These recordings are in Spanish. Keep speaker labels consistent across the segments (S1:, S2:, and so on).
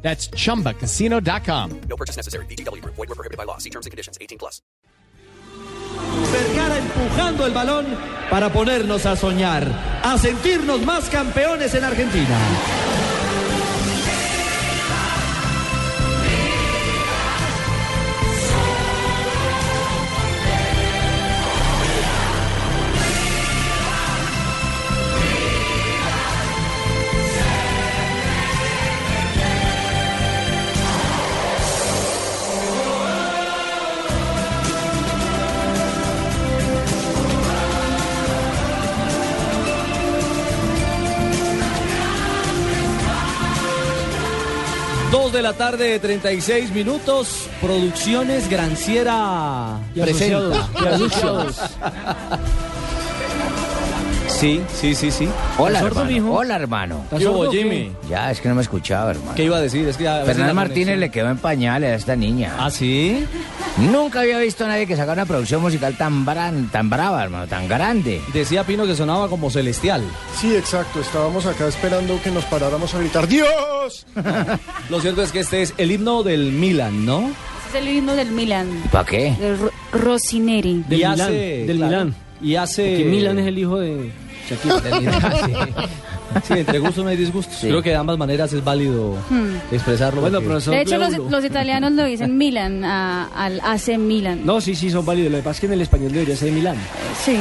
S1: That's chumbacasino.com.
S2: No purchase necessary. BGW. Void were prohibited by law. See terms and conditions. 18 plus.
S3: Vergara empujando el balón para ponernos a soñar, a sentirnos más campeones en Argentina. Dos de la tarde, 36 minutos, producciones Granciera presenta.
S4: Sí, sí, sí, sí.
S5: Hola,
S3: sordo,
S5: hermano.
S3: mijo?
S5: Hola, hermano.
S3: ¿Qué hubo, sordo, Jimmy?
S5: Ya, es que no me escuchaba, hermano.
S3: ¿Qué iba a decir? Es que a veces la
S5: Fernán Martínez
S3: conexión-
S5: le quedó en pañales a esta niña.
S3: ¿Ah, sí?
S5: Nunca había visto a nadie que sacara una producción musical tan, bran- tan brava, hermano, tan grande.
S3: Decía Pino que sonaba como celestial.
S6: Sí, exacto. Estábamos acá esperando que nos paráramos a gritar ¡Dios!
S3: Lo cierto es que este es el himno del Milan, ¿no?
S7: Es el himno del Milan,
S5: ¿Para qué?
S7: de Ro- Rosineri.
S3: Del
S8: Milán, del Milán.
S3: Y hace...
S8: Que Milan es el hijo de Shakira.
S3: Del Milán, sí. Sí, entre gustos no hay disgustos. Creo que de ambas maneras es válido expresarlo.
S8: Bueno,
S3: porque-
S8: profesor
S7: Hmm. De hecho, los,
S8: Claudio.
S7: los italianos lo dicen Milan, a- al AC Milan.
S8: No, sí, sí, son válidos. Lo que pasa es que en el español debería ser Milán.
S7: Sí.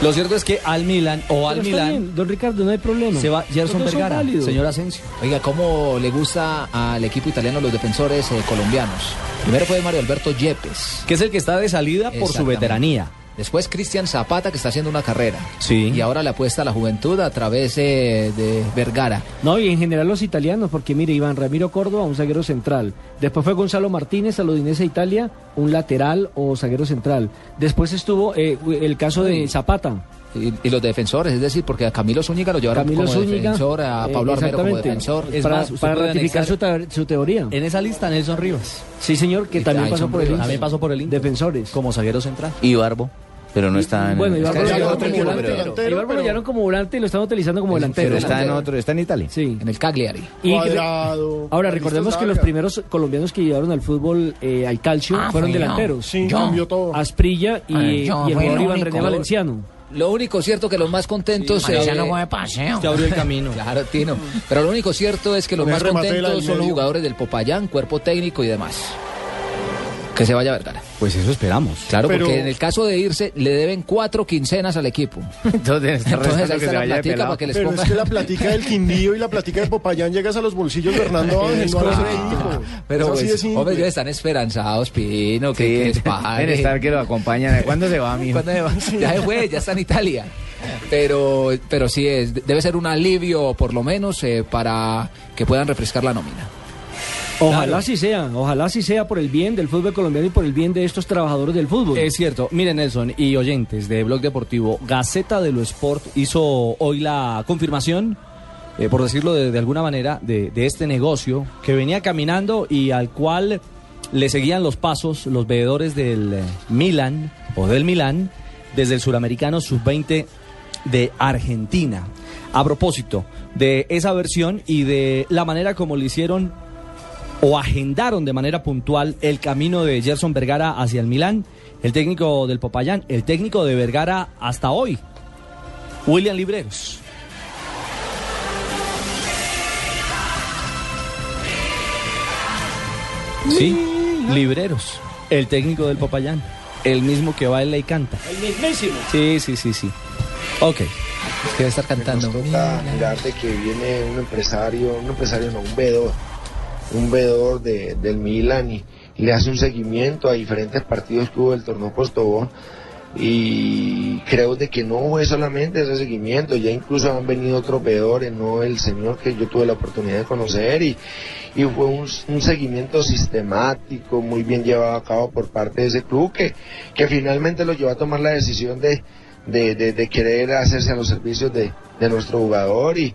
S3: Lo cierto es que al Milan o al
S8: Pero Pues está
S3: Milan...
S8: bien, don Ricardo, no hay problema.
S3: Se va Gerson
S8: Los dos son
S3: Vergara,
S8: válidos.
S3: señor Asensio.
S4: Oiga, ¿cómo le gusta al equipo italiano los defensores eh, colombianos? Primero fue Mario Alberto Yepes.
S3: Que es el que está de salida por su
S4: Exactamente.
S3: veteranía.
S4: Después Cristian Zapata, que está haciendo una carrera.
S3: Sí.
S4: Y ahora le apuesta a la juventud a través eh, de Vergara.
S8: No, y en general los italianos, porque mire, Iván Ramiro Córdoba, un zaguero central. Después fue Gonzalo Martínez a la Udinese Italia, un lateral o zaguero central. Después estuvo eh, el caso de Zapata.
S4: Y, y los defensores, es decir, porque a Camilo Zúñiga lo llevaron
S8: Camilo
S4: como
S8: Zúñiga.
S4: defensor, a
S8: eh,
S4: Pablo Armero como
S8: exactamente,
S4: defensor.
S3: Es
S8: para
S3: más, usted
S8: para
S3: puede Eh,
S8: ratificar su, te- su teoría.
S3: En esa lista, Nelson Rivas.
S8: Sí, señor, que
S4: Y
S8: también
S4: Tyson
S8: pasó por el
S4: Rivas.
S8: Inter.
S3: También pasó por el Inter.
S8: Defensores.
S3: Como zaguero central.
S5: Y Barbo, pero no está en... este
S8: Bueno, Iván
S4: que
S8: lo
S4: ya
S8: llevaron
S4: lo
S8: como
S4: tengo,
S8: volante.
S4: pero-
S6: delantero,
S8: Iván lo
S6: pero-
S8: llevaron como volante y lo están utilizando como delantero.
S5: Pero está en otro, está en Italia.
S8: Sí.
S4: En el Cagliari.
S8: Y-
S6: Cuadrado,
S8: ahora,
S6: Risto
S8: recordemos que los
S6: Saca.
S8: primeros colombianos que llevaron al fútbol eh, al calcio
S5: Ah,
S8: fueron
S5: fui yo.
S8: delanteros.
S6: Sí, cambió todo.
S8: Asprilla y,
S5: Ay, yo
S8: y el
S5: fui el
S8: jugador Iván
S5: único.
S8: René Valenciano.
S4: Lo único cierto que los más contentos... eh,
S5: Marciano fue de paseo.
S3: Te abrió el camino.
S4: Claro, Tino. Pero lo único cierto es que los
S6: Me
S4: más
S6: rematé la del
S4: contentos son los
S6: medio.
S4: jugadores del Popayán, cuerpo técnico y demás. Que se vaya Vergara.
S3: Pues eso esperamos.
S4: Claro,
S6: Pero-
S4: porque en el caso de irse, le deben cuatro quincenas al equipo.
S5: Entonces, está
S4: Entonces
S5: rezando
S4: ahí
S5: que
S4: está
S5: se
S4: la
S5: vaya de
S4: platica
S5: pelado.
S4: para que les
S6: Pero
S4: ponga.
S6: es que la platica del Quindío y la platica de Popayán llegas a los bolsillos de Hernando Ángel, no a los del equipo.
S4: Pero
S6: Es así de
S4: pues,
S6: simple.
S4: hombre, ellos están esperanzados, Pino, que, que les paguen.
S5: Deben estar que lo acompañan. ¿Cuándo se va, mijo?
S4: ¿Cuándo se va? Ya se fue, ya está en Italia. Pero, pero sí es, debe ser un alivio, por lo menos, eh, para que puedan refrescar la nómina.
S8: Ojalá así sea, ojalá así sea por el bien del fútbol colombiano y por el bien de estos trabajadores del fútbol.
S3: Es cierto. Miren, Nelson y oyentes de Blog Deportivo, Gaceta de lo Sport hizo hoy la confirmación, eh, por decirlo de, de alguna manera, de, de este negocio que venía caminando y al cual le seguían los pasos los veedores del eh, Milan o del Milan desde el suramericano sub-20 de Argentina. A propósito de esa versión y de la manera como lo hicieron o agendaron de manera puntual el camino de Gerson Vergara hacia el Milán, el técnico del Popayán, el técnico de Vergara hasta hoy, William Libreros. Sí, Libreros, el técnico del Popayán, el mismo que baila y canta. El mismísimo. Sí, sí, sí, sí. Ok.
S4: Es que debe estar cantando.
S9: Nos toca mirar de que viene un empresario, un empresario no, un vedor, un vedor de, del Milan y, y le hace un seguimiento a diferentes partidos que hubo del torneo Postobón
S8: y creo de que no es solamente ese seguimiento, ya incluso han venido otros veedores, no el señor que yo tuve la oportunidad de conocer y, y fue un, un seguimiento sistemático, muy bien llevado a cabo por parte de ese club que, que finalmente lo llevó a tomar la decisión de, de, de- de querer hacerse a los servicios de, de nuestro jugador y,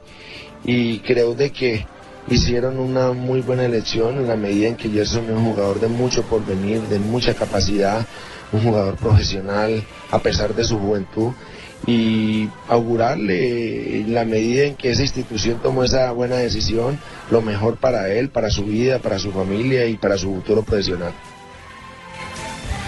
S8: y creo de que hicieron una muy buena elección en la medida en que Gerson es un jugador de mucho porvenir, de mucha capacidad, un jugador profesional a pesar de su juventud y augurarle en la medida en que esa institución tomó esa buena decisión, lo mejor para él, para su vida, para su familia y para su futuro profesional.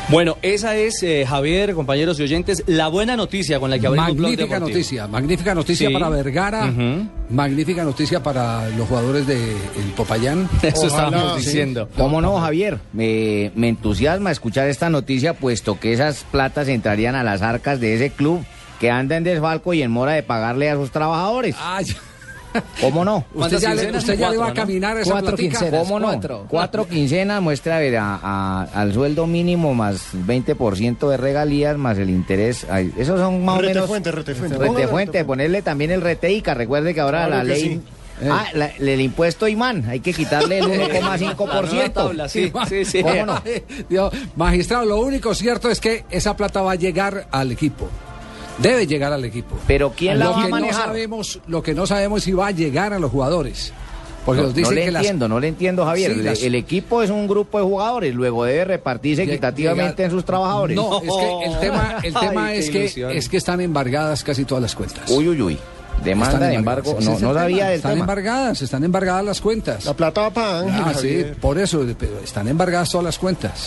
S3: Bueno, esa es, eh, Javier, compañeros y oyentes, la buena noticia con la que abrimos Blog
S4: Magnífica
S3: Deportivo.
S4: noticia, magnífica noticia
S3: Sí.
S4: para Vergara,
S3: Ujú.
S4: magnífica noticia para los jugadores de el Popayán.
S3: Eso
S6: Ojalá,
S3: estábamos
S6: sí.
S3: diciendo.
S5: ¿Cómo no, Javier? Me, me entusiasma escuchar esta noticia, puesto que esas platas entrarían a las arcas de ese club que anda en desfalco y en mora de pagarle a sus trabajadores.
S4: Ah, ya-
S5: ¿Cómo no?
S4: usted
S3: ¿Cuántas
S4: ya, le,
S3: quincenas?
S4: usted ya le va a
S3: Cuatro, ¿no?
S4: caminar esa
S5: Cuatro
S4: platica.
S5: quincenas. ¿Cómo no?
S4: Cuatro.
S5: quincenas muestra a ver, a- a- al sueldo mínimo más 20% de regalías más el interés. Ay, esos son más o
S6: Rete
S5: menos.
S6: fuente, rete fuente.
S5: Rete
S6: Póngale
S5: fuente,
S6: rete
S5: ponerle también el reteica. Recuerde que ahora
S6: Claro
S5: la
S6: que
S5: ley.
S4: sí.
S5: Ah, la- el impuesto imán, hay que quitarle el
S3: La nueva
S5: 1,5%.
S3: tabla, sí, sí, sí.
S5: ¿Cómo no?
S4: Digo, magistrado, lo único cierto es que esa plata va a llegar al equipo. Debe llegar al equipo.
S5: Pero ¿quién la
S4: lo
S5: va a
S4: que no
S5: manejar?
S4: sabemos, lo que no sabemos es si va a llegar a los jugadores. Porque
S5: No,
S4: nos dicen
S5: no le
S4: que las-
S5: entiendo, no le entiendo, Javier.
S4: Sí,
S5: Le-
S4: las-
S5: El equipo es un grupo de jugadores, luego debe repartirse
S4: Llega-
S5: equitativamente en sus trabajadores.
S4: No, es que el tema, el tema
S3: Ay, qué
S4: es, que,
S3: ilusión.
S4: es que están embargadas casi todas las cuentas.
S5: Uy, uy, uy. Demanda
S4: Están
S5: de embargo,
S4: embargadas. Ese
S5: no,
S4: es el
S5: no
S4: tema.
S5: sabía del
S4: Están
S5: tema.
S4: embargadas, están embargadas las cuentas.
S6: La plata va para Ángel.
S4: Ah, sí,
S6: Javier.
S4: por eso, pero están embargadas todas las cuentas.